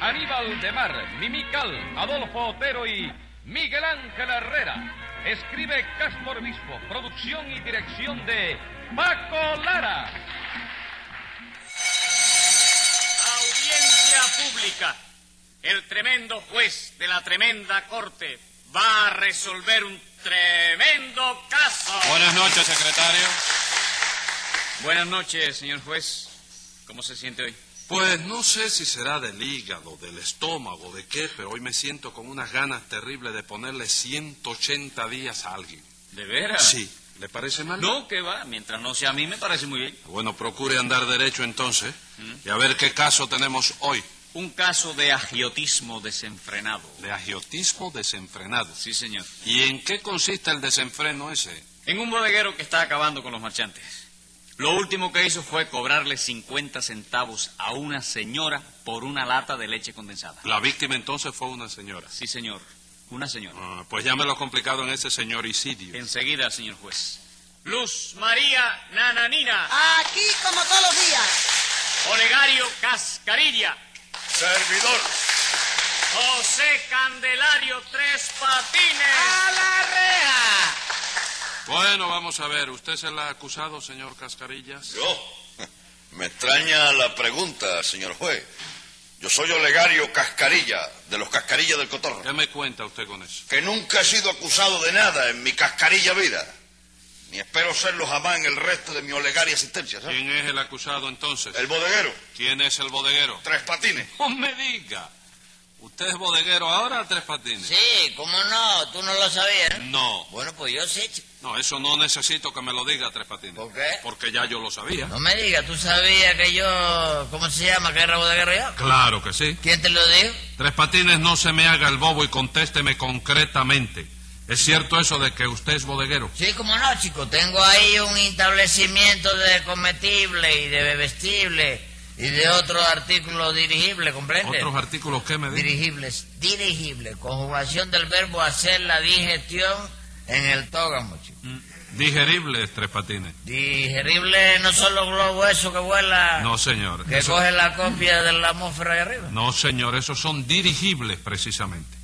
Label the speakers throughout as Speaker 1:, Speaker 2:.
Speaker 1: Aníbal de Mar, Mimical, Adolfo Otero y Miguel Ángel Herrera. Escribe Castro Obispo, producción y dirección de Paco Lara.
Speaker 2: Audiencia pública. El tremendo juez de la tremenda corte va a resolver un tremendo caso.
Speaker 3: Buenas noches, secretario.
Speaker 2: Buenas noches, señor juez. ¿Cómo se siente hoy?
Speaker 3: Pues no sé si será del hígado, del estómago, de qué, pero hoy me siento con unas ganas terribles de ponerle 180 días a alguien.
Speaker 2: ¿De veras?
Speaker 3: Sí. ¿Le parece mal?
Speaker 2: No, que va. Mientras no sea a mí, me parece muy bien.
Speaker 3: Bueno, procure andar derecho entonces y a ver qué caso tenemos hoy.
Speaker 2: Un caso de agiotismo desenfrenado.
Speaker 3: De agiotismo desenfrenado.
Speaker 2: Sí, señor.
Speaker 3: ¿Y en qué consiste el desenfreno ese?
Speaker 2: En un bodeguero que está acabando con los marchantes. Lo último que hizo fue cobrarle 50 centavos a una señora por una lata de leche condensada.
Speaker 3: La víctima entonces fue una señora.
Speaker 2: Sí, señor. Una señora.
Speaker 3: Ah, pues ya me lo complicado en ese señoricidio.
Speaker 2: Enseguida, señor juez. Luz María Nananina.
Speaker 4: Aquí como todos los días.
Speaker 2: Olegario Cascarilla.
Speaker 5: Servidor.
Speaker 2: José Candelario Tres Patines. ¡A la rea!
Speaker 3: Bueno, vamos a ver. ¿Usted se la ha acusado, señor Cascarillas?
Speaker 5: Yo. Me extraña la pregunta, señor juez. Yo soy Olegario Cascarilla, de los Cascarillas del Cotorro,
Speaker 3: ¿Qué me cuenta usted con eso?
Speaker 5: que nunca he sido acusado de nada en mi cascarilla vida. Ni espero serlo jamás en el resto de mi Olegaria asistencia, ¿sabes?
Speaker 3: ¿Quién es el acusado entonces?
Speaker 5: El bodeguero,
Speaker 3: ¿Quién es el bodeguero?
Speaker 5: tres patines.
Speaker 3: No me diga. ¿Usted es bodeguero ahora, Tres Patines?
Speaker 6: Sí, cómo no, tú no lo sabías. ¿no?
Speaker 3: No,
Speaker 6: Bueno, pues yo sé, chico.
Speaker 3: no, eso no necesito que me lo diga, Tres Patines.
Speaker 6: ¿Por qué?
Speaker 3: Porque ya yo lo sabía.
Speaker 6: No me digas, tú sabías que yo. ¿Cómo se llama? ¿Qué rabo de guerra yo?
Speaker 3: Claro que sí.
Speaker 6: ¿Quién te lo dijo?
Speaker 3: Tres Patines, no se me haga el bobo y contésteme concretamente. ¿Es cierto eso de que usted es bodeguero?
Speaker 6: Sí, cómo no, chico. Tengo ahí un establecimiento de comestible y de bebestible y de otros artículos dirigibles, ¿comprendes?
Speaker 3: ¿Otros artículos que me diga?
Speaker 6: Dirigibles, dirigible, conjugación del verbo hacer la digestión en el tógamo, chico.
Speaker 3: Mm, Digeribles, Tres Patines.
Speaker 6: Digerible no son los globos esos que vuela,
Speaker 3: No, señor.
Speaker 6: que
Speaker 3: Eso-
Speaker 6: coge la copia de la atmósfera de arriba.
Speaker 3: No, señor, esos son dirigibles, precisamente.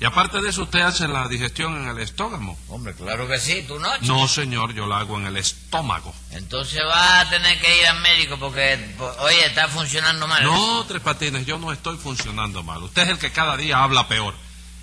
Speaker 3: Y aparte de eso, usted hace la digestión en el estómago.
Speaker 6: Hombre, claro que sí, tú no. chico.
Speaker 3: No, señor, yo la hago en el estómago.
Speaker 6: Entonces vas a tener que ir al médico porque, po- oye, está funcionando mal.
Speaker 3: No, Tres Patines, yo no estoy funcionando mal. Usted es el que cada día habla peor.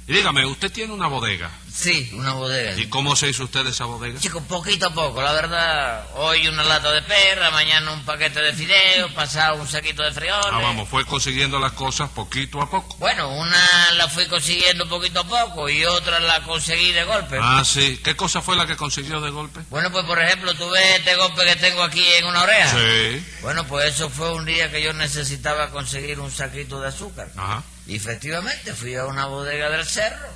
Speaker 3: Y dígame, usted tiene una bodega.
Speaker 6: Sí, una bodega.
Speaker 3: ¿Y cómo se hizo usted esa bodega?
Speaker 6: Chicos, poquito a poco, la verdad. Hoy una lata de perra, mañana un paquete de fideos, pasado un saquito de frijoles.
Speaker 3: Ah, vamos, fue consiguiendo las cosas poquito a poco.
Speaker 6: Bueno, una la fui consiguiendo poquito a poco y otra la conseguí de golpe.
Speaker 3: Ah, sí. ¿Qué cosa fue la que consiguió de golpe?
Speaker 6: Bueno, pues por ejemplo, tú ves este golpe que tengo aquí en una oreja.
Speaker 3: Sí.
Speaker 6: Bueno, pues eso fue un día que yo necesitaba conseguir un saquito de azúcar.
Speaker 3: Ajá.
Speaker 6: Y efectivamente fui a una bodega del cerro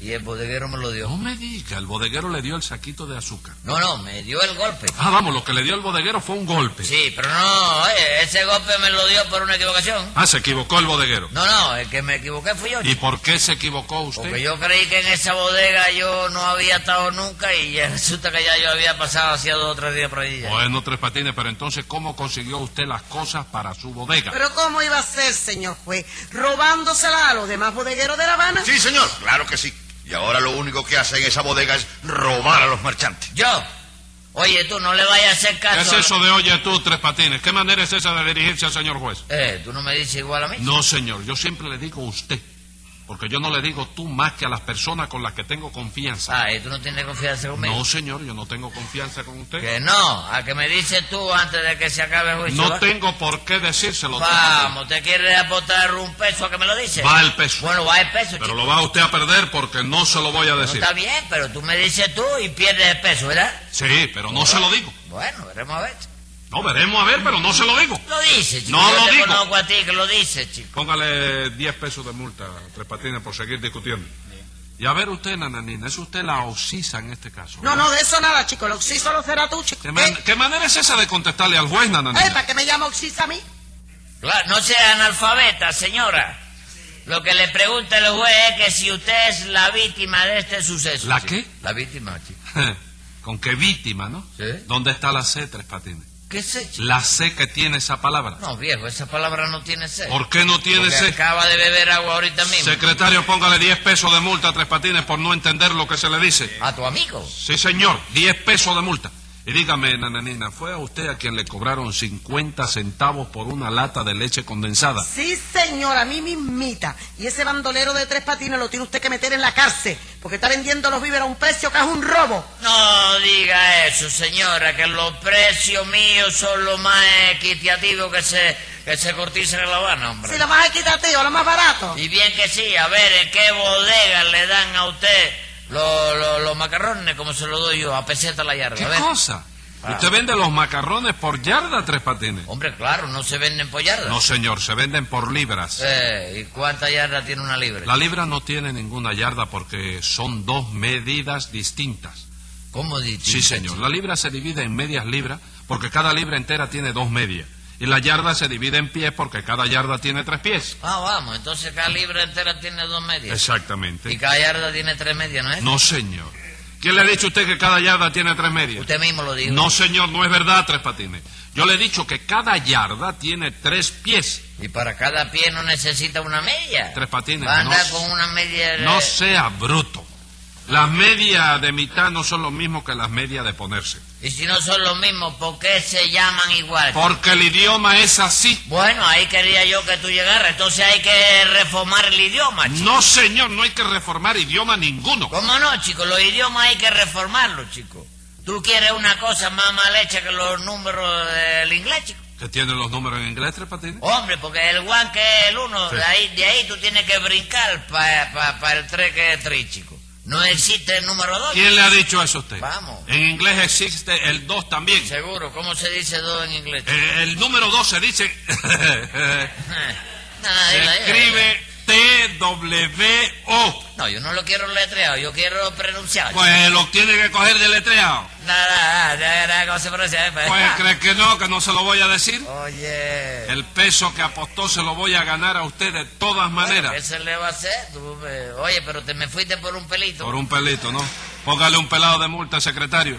Speaker 6: y el bodeguero me lo dio.
Speaker 3: No me diga, el bodeguero le dio el saquito de azúcar.
Speaker 6: No, no, me dio el golpe.
Speaker 3: Ah, vamos, lo que le dio el bodeguero fue un golpe.
Speaker 6: Sí, pero no, oye, ese golpe me lo dio por una equivocación.
Speaker 3: Ah, se equivocó el bodeguero.
Speaker 6: No, no, el que me equivoqué fui yo.
Speaker 3: ¿Y
Speaker 6: chico.
Speaker 3: por qué se equivocó usted?
Speaker 6: Porque yo creí que en esa bodega yo no había estado nunca y ya resulta que ya yo había pasado hacía dos o tres días por allí. ya.
Speaker 3: Bueno, Tres Patines, pero entonces, ¿cómo consiguió usted las cosas para su bodega?
Speaker 4: Pero ¿cómo iba a ser, señor juez? ¿Robándosela a los demás bodegueros de La Habana?
Speaker 5: Sí, señor, claro que sí. Y ahora lo único que hace en esa bodega es robar a los marchantes.
Speaker 6: Yo, oye, tú no le vayas a hacer
Speaker 3: ¿Qué
Speaker 6: caso.
Speaker 3: es
Speaker 6: a-
Speaker 3: eso de oye tú, Tres Patines? ¿Qué manera es esa de dirigirse al señor juez?
Speaker 6: Eh, tú no me dices igual a mí.
Speaker 3: No, señor, yo siempre le digo usted. Porque yo no le digo tú más que a las personas con las que tengo confianza.
Speaker 6: Ah, ¿y tú no tienes confianza conmigo.
Speaker 3: No, señor, yo no tengo confianza con usted.
Speaker 6: Que no, a que me dices tú antes de que se acabe el juicio.
Speaker 3: No
Speaker 6: ¿va?
Speaker 3: tengo por qué decírselo. Tres Patines.
Speaker 6: Vamos, ¿te quieres apostar un peso a que me lo dices?
Speaker 3: Va el peso.
Speaker 6: Bueno, va el peso,
Speaker 3: Pero
Speaker 6: chico.
Speaker 3: lo va usted a perder porque no se lo voy a
Speaker 6: No
Speaker 3: decir.
Speaker 6: está bien, pero tú me dices tú y pierdes el peso, ¿verdad?
Speaker 3: Sí, pero no se lo digo.
Speaker 6: Bueno, veremos a ver.
Speaker 3: No, veremos a ver, pero no se lo digo.
Speaker 6: Lo dices, chico.
Speaker 3: No
Speaker 6: Yo
Speaker 3: lo
Speaker 6: te
Speaker 3: digo.
Speaker 6: conozco a ti que lo dices, chico.
Speaker 3: Póngale 10 pesos de multa, Tres Patines, por seguir discutiendo. Y a ver usted, Nananina, es usted la oxisa en este caso.
Speaker 4: No, no, de eso nada, chico. El oxiso lo será tú, chico.
Speaker 3: ¿Qué, man-
Speaker 4: ¿Eh?
Speaker 3: qué manera es esa de contestarle al juez, Nananina?
Speaker 6: Eh,
Speaker 4: ¿Para qué me llama oxiso a mí?
Speaker 6: Claro, no sea analfabeta, señora. Lo que le pregunta el juez es que si usted es la víctima de este suceso.
Speaker 3: ¿La
Speaker 6: chico.
Speaker 3: qué?
Speaker 6: La víctima, chico.
Speaker 3: Eh, Con qué víctima, ¿no?
Speaker 6: Sí.
Speaker 3: ¿Dónde está la C, Tres Patines?
Speaker 6: ¿Qué es eso?
Speaker 3: La C que tiene esa palabra.
Speaker 6: No, viejo, esa palabra no tiene sed.
Speaker 3: ¿Por qué no tiene
Speaker 6: Porque
Speaker 3: C?
Speaker 6: acaba de beber agua ahorita mismo.
Speaker 3: Secretario, póngale 10 pesos de multa a Tres Patines por no entender lo que se le dice.
Speaker 6: ¿A tu amigo?
Speaker 3: Sí, señor, 10 pesos de multa. Y dígame, nananina, ¿fue a usted a quien le cobraron 50 centavos por una lata de leche condensada?
Speaker 4: Sí, señora, a mí mismita. Y ese bandolero de tres patines lo tiene usted que meter en la cárcel, porque está vendiendo los víveres a un precio que es un robo.
Speaker 6: No diga eso, señora, que los precios míos son los más equitativos que se, que se cotizan en La Habana, hombre.
Speaker 4: Si lo más equitativo, lo más barato.
Speaker 6: Y bien que sí, a ver, ¿en qué bodega le dan a usted lo- lo- los macarrones como se los doy yo, a peseta la yarda?
Speaker 3: ¿Qué
Speaker 6: A ver. Ah.
Speaker 3: cosa? ¿Usted vende los macarrones por yarda, Tres Patines?
Speaker 6: Hombre, claro, no se venden por yarda.
Speaker 3: No, señor, se venden por libras.
Speaker 6: Eh, ¿Y cuánta yarda tiene una libre?
Speaker 3: La libra no tiene ninguna yarda porque son dos medidas distintas.
Speaker 6: ¿Cómo dice?
Speaker 3: Sí, señor. La libra se divide en medias libras porque cada libra entera tiene dos medias. Y la yarda se divide en pies porque cada yarda tiene tres pies.
Speaker 6: Ah, vamos, entonces cada libra entera tiene dos medias. Y
Speaker 3: Exactamente.
Speaker 6: cada yarda tiene tres medias, ¿no es?
Speaker 3: No, señor. ¿Quién le ha dicho a usted que cada yarda tiene tres medias?
Speaker 6: Usted mismo lo dijo.
Speaker 3: No, señor, no es verdad, Tres Patines. Yo le he dicho que cada yarda tiene tres pies.
Speaker 6: Y para cada pie no necesita una media.
Speaker 3: Tres Patines,
Speaker 6: Va a andar
Speaker 3: no-
Speaker 6: con una media. eh,
Speaker 3: No sea bruto. Las medias de mitad no son lo mismo que las medias de ponerse.
Speaker 6: Y si no son los mismos, ¿por qué se llaman igual?
Speaker 3: Porque el idioma es así.
Speaker 6: Bueno, ahí quería yo que tú llegaras. Entonces hay que reformar el idioma, chico.
Speaker 3: No, señor, no hay que reformar idioma ninguno.
Speaker 6: ¿Cómo no, chico? Los idiomas hay que reformarlos, chico. Tú quieres una cosa más mal hecha que los números del inglés, chico.
Speaker 3: ¿Que tienen los números en inglés, Tres Patines?
Speaker 6: Hombre, porque el one que es el uno,
Speaker 3: Sí.
Speaker 6: de, ahí, de ahí tú tienes que brincar para el tres que es tres, chico. No existe el número dos.
Speaker 3: ¿Quién le ha dicho eso a usted?
Speaker 6: Vamos.
Speaker 3: En inglés existe el 2 también.
Speaker 6: Seguro, ¿cómo se dice dos en inglés? chico?
Speaker 3: Eh, el número 2 se dice... se
Speaker 6: No, no, dila, dila, dila.
Speaker 3: Eh. escribe T-W-O.
Speaker 6: No, yo no lo quiero letreado, yo quiero pronunciado. chico.
Speaker 3: Pues lo tiene que coger deletreado.
Speaker 6: Nada, nada, nada, ¿cómo se pronuncia? eh? Pues,
Speaker 3: Pues
Speaker 6: ah.
Speaker 3: cree que no, que no se lo voy a decir.
Speaker 6: Oye.
Speaker 3: El peso que apostó se lo voy a ganar a usted de todas
Speaker 6: Bueno, ¿Qué
Speaker 3: maneras.
Speaker 6: se le va a hacer? Tú, eh, oye, pero te me fuiste por un pelito.
Speaker 3: Por un pelito, ¿no? Póngale un pelado de multa, secretario.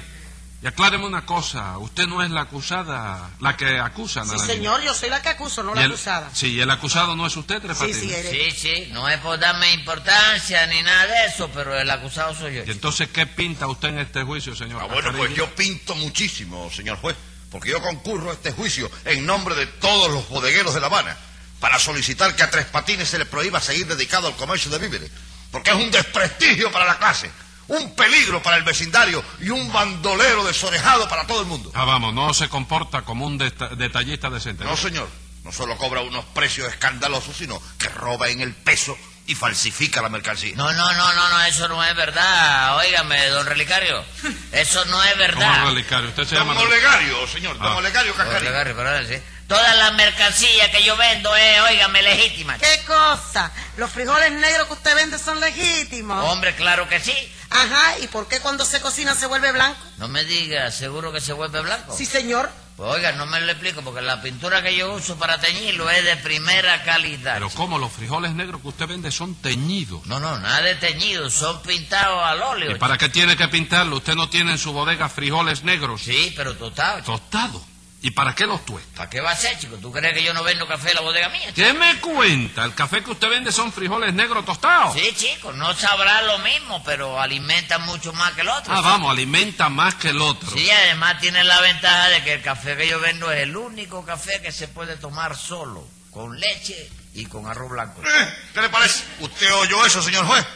Speaker 3: Y acláreme una cosa, usted no es la acusada, la que acusa,
Speaker 4: Sí,
Speaker 3: Nananina.
Speaker 4: señor, yo soy la que acuso, no
Speaker 3: Y
Speaker 4: la
Speaker 3: el-
Speaker 4: acusada.
Speaker 3: Sí, y el acusado no es usted, Tres
Speaker 4: Sí,
Speaker 3: Patines.
Speaker 4: sí, eres.
Speaker 6: Sí, sí, no es por darme importancia ni nada de eso, pero el acusado soy yo.
Speaker 3: ¿Y entonces qué pinta usted en este juicio, señor?
Speaker 5: Ah, bueno, pues yo pinto muchísimo, señor juez, porque yo concurro a este juicio en nombre de todos los bodegueros de La Habana para solicitar que a Tres Patines se le prohíba seguir dedicado al comercio de víveres, porque es un desprestigio para la clase, un peligro para el vecindario y un bandolero desorejado para todo el mundo.
Speaker 3: Ah, vamos, no se comporta como un deta- detallista decente.
Speaker 5: No, señor, no solo cobra unos precios escandalosos, sino que roba en el peso y falsifica la mercancía.
Speaker 6: No, no, no, no, no, eso no es verdad. Óigame, don Relicario, eso no es verdad.
Speaker 3: ¿Cómo relicario? Usted se
Speaker 5: Don
Speaker 3: llama...
Speaker 5: Olegario, señor, don
Speaker 3: Ah.
Speaker 5: Olegario
Speaker 6: Don
Speaker 5: Cascarilla.
Speaker 6: Relicario, perdón, sí. Toda la mercancía que yo vendo es, óigame, legítima.
Speaker 4: ¿Qué cosa? Los frijoles negros que usted vende son
Speaker 3: Oh.
Speaker 4: legítimos.
Speaker 6: Hombre, claro que sí.
Speaker 4: Ajá, ¿y por qué cuando se cocina se vuelve blanco?
Speaker 6: No me diga, seguro que se vuelve
Speaker 3: Oh.
Speaker 6: blanco.
Speaker 4: Sí, señor.
Speaker 6: Pues, oiga, no me lo explico, porque la pintura que yo uso para teñirlo es de primera calidad.
Speaker 3: Pero ¿cómo? Los frijoles negros que usted vende son teñidos.
Speaker 6: No, no, nada de teñido, son pintados al óleo.
Speaker 3: ¿Y para qué tiene que pintarlo? Usted no tiene en su bodega frijoles negros.
Speaker 6: Sí, pero tostado. chico.
Speaker 3: Tostados. ¿Y para qué los tuesta?
Speaker 6: ¿Para qué va a ser, chico? ¿Tú crees que yo no vendo café en la bodega mía? chico?
Speaker 3: ¿Qué me cuenta? ¿El café que usted vende son frijoles negros tostados?
Speaker 6: Sí, chico, no sabrá lo mismo, pero alimenta mucho más que el otro.
Speaker 3: Ah,
Speaker 6: chico.
Speaker 3: vamos, alimenta más que el otro.
Speaker 6: Sí, además tiene la ventaja de que el café que yo vendo es el único café que se puede tomar solo, con leche y con arroz blanco.
Speaker 5: Eh, ¿Qué le parece? ¿Usted oyó eso, señor juez?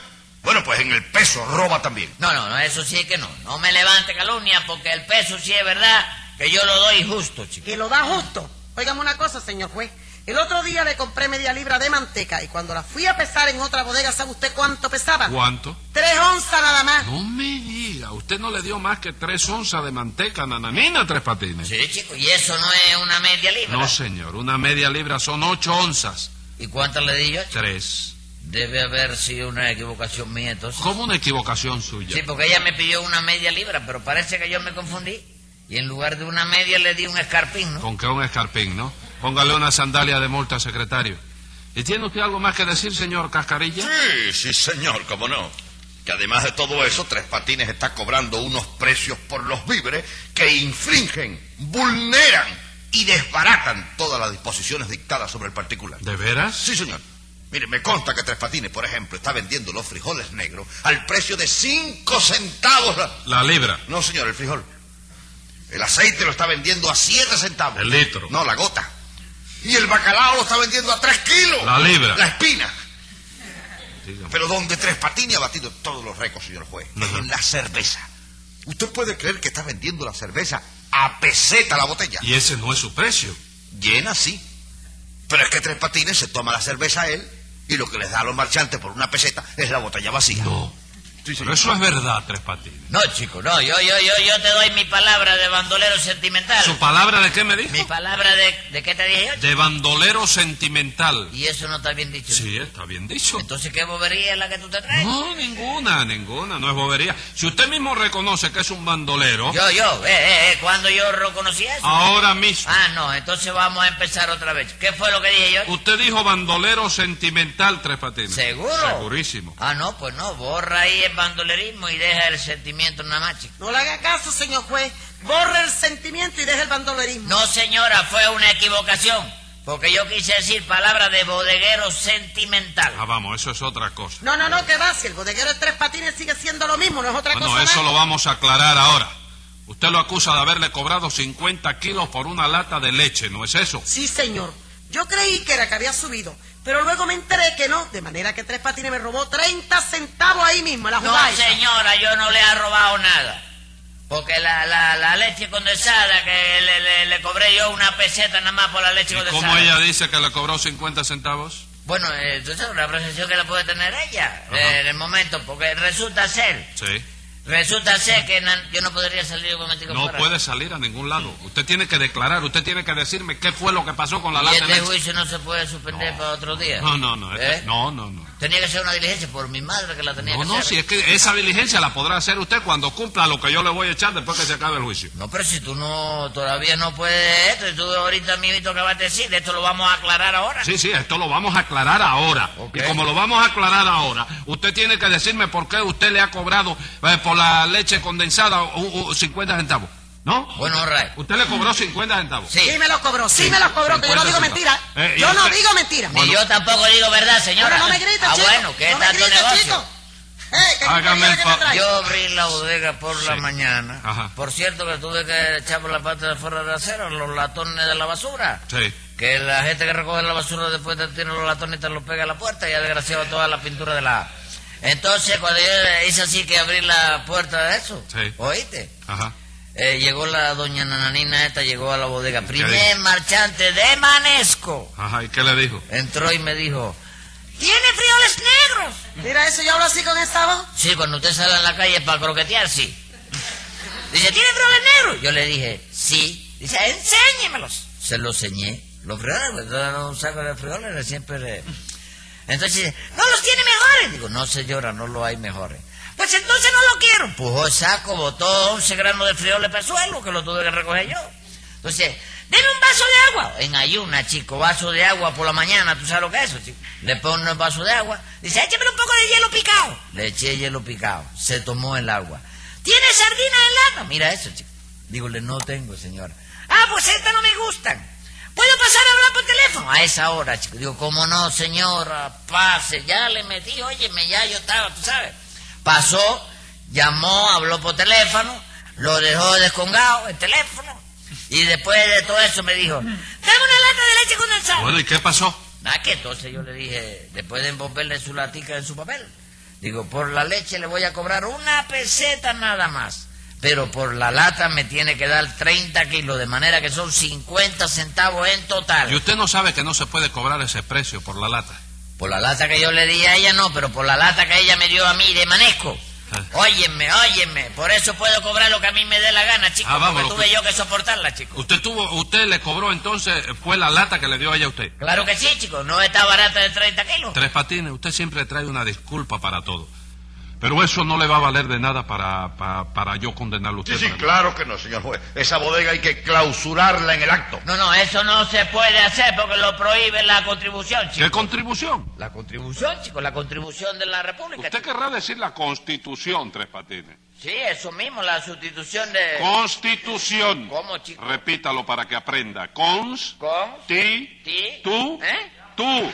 Speaker 5: Bueno, pues en el peso roba también.
Speaker 6: No, no, no, eso sí que no. No me levante calumnia porque el peso sí es verdad que yo lo doy justo, chico.
Speaker 4: que lo da justo. Óigame una cosa, señor juez. El otro día le compré media libra de manteca y cuando la fui a pesar en otra bodega, ¿sabe usted cuánto pesaba?
Speaker 3: ¿Cuánto?
Speaker 4: Tres onzas nada más.
Speaker 3: No me diga, usted no le dio más que tres onzas de manteca nananina, tres patines.
Speaker 6: Sí, chico, y eso no es una media libra.
Speaker 3: No, señor, una media libra son ocho onzas.
Speaker 6: ¿Y cuánto le di yo? chico?
Speaker 3: Tres.
Speaker 6: Debe haber sido una equivocación mía entonces.
Speaker 3: Como una equivocación suya.
Speaker 6: Sí, porque ella me pidió una media libra, pero parece que yo me confundí. Y en lugar de una media le di un escarpín, ¿no?
Speaker 3: Con que un escarpín, ¿no? Póngale una sandalia de multa, secretario. ¿Y tiene usted algo más que decir, señor Cascarilla?
Speaker 5: Sí, sí, señor, cómo no. Que además de todo eso, Tres Patines está cobrando unos precios por los víveres que infringen, vulneran y desbaratan todas las disposiciones dictadas sobre el particular.
Speaker 3: ¿De veras?
Speaker 5: Sí, señor. Mire, me consta que Tres Patines, por ejemplo, está vendiendo los frijoles negros al precio de cinco centavos. la-
Speaker 3: La libra.
Speaker 5: No, señor, el frijol. El aceite lo está vendiendo a siete centavos.
Speaker 3: El litro.
Speaker 5: No, la gota. Y el bacalao lo está vendiendo a tres kilos.
Speaker 3: La libra.
Speaker 5: La espina.
Speaker 3: Dígame.
Speaker 5: Pero donde Tres Patines ha batido todos los récords, señor juez, es en la cerveza. ¿Usted puede creer que está vendiendo la cerveza a peseta la botella?
Speaker 3: Y ese no es su precio.
Speaker 5: Llena, sí. Pero es que Tres Patines se toma la cerveza él y lo que les da a los marchantes por una peseta es la botella vacía.
Speaker 3: No.
Speaker 5: Sí,
Speaker 3: Pero
Speaker 5: señor.
Speaker 3: eso es verdad, Tres Patines.
Speaker 6: No, chico, no. Yo, yo, yo, yo te doy mi palabra de bandolero sentimental.
Speaker 3: ¿Su palabra de qué me
Speaker 6: Mi
Speaker 3: dijo?
Speaker 6: palabra de... ¿De qué te dije yo?
Speaker 3: De bandolero sentimental.
Speaker 6: Y eso no está bien dicho.
Speaker 3: Sí, está bien dicho.
Speaker 6: Entonces, ¿qué bobería es la que tú te traes?
Speaker 3: No, ninguna, ninguna, no es bobería. Si usted mismo reconoce que es un bandolero,
Speaker 6: Yo, yo, eh, eh, eh, ¿cuándo yo reconocí eso?
Speaker 3: ahora mismo.
Speaker 6: Ah, no, entonces vamos a empezar otra vez. ¿Qué fue lo que dije yo?
Speaker 3: Usted dijo bandolero sentimental, Tres Patines.
Speaker 6: ¿Seguro?
Speaker 3: Segurísimo.
Speaker 6: Ah, no, pues no, borra ahí el bandolerismo y deja el sentimiento nada más, chico.
Speaker 4: No le haga caso, señor juez. Borre el sentimiento y deje el bandolerismo.
Speaker 6: No, señora, fue una equivocación, porque yo quise decir palabra de bodeguero sentimental.
Speaker 3: Ah, vamos, eso es otra cosa.
Speaker 4: No, no, no, que va. Si el bodeguero de tres patines sigue siendo lo mismo, no es otra
Speaker 3: Bueno,
Speaker 4: cosa.
Speaker 3: Ah, eso
Speaker 4: más.
Speaker 3: lo vamos a aclarar ahora. Usted lo acusa de haberle cobrado 50 kilos por una lata de leche, ¿no es eso?
Speaker 4: Sí, señor. Yo creí que era que había subido, pero luego me enteré que no. De manera que tres patines me robó 30 centavos ahí mismo, en la
Speaker 6: No,
Speaker 4: jugada. esa.
Speaker 6: señora, yo no le he robado nada. Porque la, la, la leche condensada, que le, le- le cobré yo una peseta nada más por la leche
Speaker 3: ¿Y
Speaker 6: condensada.
Speaker 3: cómo ella dice que le cobró 50 centavos?
Speaker 6: Bueno, eh, entonces una apreciación que la puede tener ella eh, en el momento, porque resulta ser,
Speaker 3: Sí.
Speaker 6: resulta ser que na- yo no podría salir con el tico
Speaker 3: No
Speaker 6: fuera.
Speaker 3: puede salir a ningún lado. Usted tiene que declarar, usted tiene que decirme qué fue lo que pasó con la
Speaker 6: Y
Speaker 3: lata de
Speaker 6: este
Speaker 3: leche.
Speaker 6: juicio no se puede suspender para otro día.
Speaker 3: No, no, no.
Speaker 6: ¿Eh?
Speaker 3: este- No, no, no.
Speaker 6: Tenía que ser una diligencia por mi madre que la tenía
Speaker 3: No,
Speaker 6: que
Speaker 3: no,
Speaker 6: hacer.
Speaker 3: si es que esa diligencia la podrá hacer usted cuando cumpla lo que yo le voy a echar después que se acabe el juicio.
Speaker 6: No, pero si tú no, todavía no puedes esto, y tú ahorita mismo acabas de decir, esto lo vamos a aclarar ahora.
Speaker 3: Sí, sí, esto lo vamos a aclarar ahora.
Speaker 6: Ok.
Speaker 3: Y como lo vamos a aclarar ahora, usted tiene que decirme por qué usted le ha cobrado eh, por la leche condensada u- u- 50 centavos. ¿No?
Speaker 6: Bueno, all right.
Speaker 3: Usted le cobró 50 centavos.
Speaker 6: Sí.
Speaker 4: Sí me lo cobró, sí, me lo cobró, que yo no
Speaker 3: 50
Speaker 4: digo mentira.
Speaker 3: centavos. Eh, y
Speaker 4: yo no
Speaker 3: usted-
Speaker 4: digo mentira.
Speaker 6: Ni yo tampoco digo verdad, señora.
Speaker 4: Ahora no me grites,
Speaker 6: ah,
Speaker 4: chico.
Speaker 6: bueno, ¿qué
Speaker 4: no me
Speaker 6: tanto
Speaker 4: grites,
Speaker 6: negocio?
Speaker 4: chico. Eh, que
Speaker 3: Hágame
Speaker 4: compañera
Speaker 3: el
Speaker 4: que me
Speaker 3: fa-
Speaker 4: trae.
Speaker 6: Yo abrí la bodega por la
Speaker 3: Sí.
Speaker 6: mañana.
Speaker 3: Ajá.
Speaker 6: Por cierto que tuve que echar por la parte de afuera de acero los latones de la basura.
Speaker 3: Sí.
Speaker 6: Que la gente que recoge la basura después de tirar los latones te los pega a la puerta y ha desgraciado toda la pintura de la... Entonces cuando yo hice así que abrí la puerta de eso,
Speaker 3: Sí.
Speaker 6: ¿oíste?
Speaker 3: Ajá.
Speaker 6: Eh, llegó la doña Nananina esta, llegó a la bodega. Primer
Speaker 3: dijo?
Speaker 6: marchante de Manesco.
Speaker 3: Ajá. ¿Y qué le dijo?
Speaker 6: Entró y me dijo...
Speaker 4: ¿Tiene frioles negros? Mira eso, yo hablo así con esta voz.
Speaker 6: Sí, cuando usted sale a la calle para croquetear, sí. Dice, ¿tiene frijoles negros? Yo le dije, sí. Dice, "Ah, enséñemelos. Se los enseñé. Los frijoles, pues todo un saco de frijoles siempre... le- Entonces dice, ¿no los tiene mejores? Digo, no señora, no los hay mejores. Pues entonces no lo quiero. Empujó el saco, botó 11 granos de frijoles para el suelo, que lo tuve que recoger yo. Entonces, deme un vaso de agua. En ayuna, chico, vaso de agua por la mañana, tú sabes lo que es eso, chico. Le pone un vaso de agua. Dice, écheme un poco de hielo picado. Le eché hielo picado. Se tomó el agua. ¿Tiene sardinas en lata? Mira eso, chico. Dígole, no tengo, señora. Ah, pues estas no me gustan. ¿Puedo pasar a hablar por teléfono? A esa hora, chico. Digo, ¿cómo no, señora? Pase, ya le metí, óyeme, ya yo estaba, tú sabes. Pasó, llamó, habló por teléfono, lo dejó descongado el teléfono, y después de todo eso me dijo, dame una lata de leche condensada.
Speaker 3: Bueno, ¿y qué pasó?
Speaker 6: Ah, que entonces yo le dije, después de envolverle su latica en su papel, digo, por la leche le voy a cobrar una peseta nada más, pero por la lata me tiene que dar 30 kilos, de manera que son 50 centavos en total.
Speaker 3: Y usted no sabe que no se puede cobrar ese precio por la lata.
Speaker 6: Por la lata que yo le di a ella no, pero por la lata que ella me dio a mí de manesco.
Speaker 3: Ah.
Speaker 6: Óyeme, óyeme, por eso puedo cobrar lo que a mí me dé la gana, chico,
Speaker 3: Ah, vamos,
Speaker 6: porque
Speaker 3: lo
Speaker 6: tuve
Speaker 3: que-
Speaker 6: yo que soportarla, chico.
Speaker 3: Usted tuvo, usted le cobró entonces, fue la lata que le dio ella a usted.
Speaker 6: Claro que sí, chico, no está barata de 30 kilos.
Speaker 3: Tres Patines, usted siempre trae una disculpa para todo. Pero eso no le va a valer de nada para, para, para yo condenarlo a usted.
Speaker 5: Sí, sí,
Speaker 3: para-
Speaker 5: claro que no, señor juez. Esa bodega hay que clausurarla en el acto.
Speaker 6: No, no, eso no se puede hacer porque lo prohíbe la contribución, chico.
Speaker 3: ¿Qué contribución?
Speaker 6: La contribución, chico, la contribución de la República.
Speaker 3: Usted
Speaker 6: chico.
Speaker 3: querrá decir la constitución, Tres Patines.
Speaker 6: Sí, eso mismo, la sustitución de...
Speaker 3: Constitución.
Speaker 6: ¿Cómo, chico?
Speaker 3: Repítalo para que aprenda. Cons.
Speaker 6: Con-
Speaker 3: Ti.
Speaker 6: Ti.
Speaker 3: Tú.
Speaker 6: ¿Eh?
Speaker 3: Tú.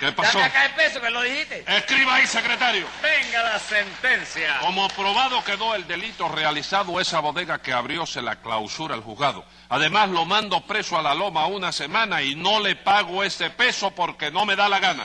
Speaker 3: ¿Qué pasó?
Speaker 6: Dame acá el peso que lo dijiste.
Speaker 3: Escriba ahí, secretario.
Speaker 1: Venga la sentencia.
Speaker 3: Como probado quedó el delito realizado, esa bodega que abrió se la clausura el juzgado. Además, lo mando preso a la loma una semana y no le pago ese peso porque no me da la gana.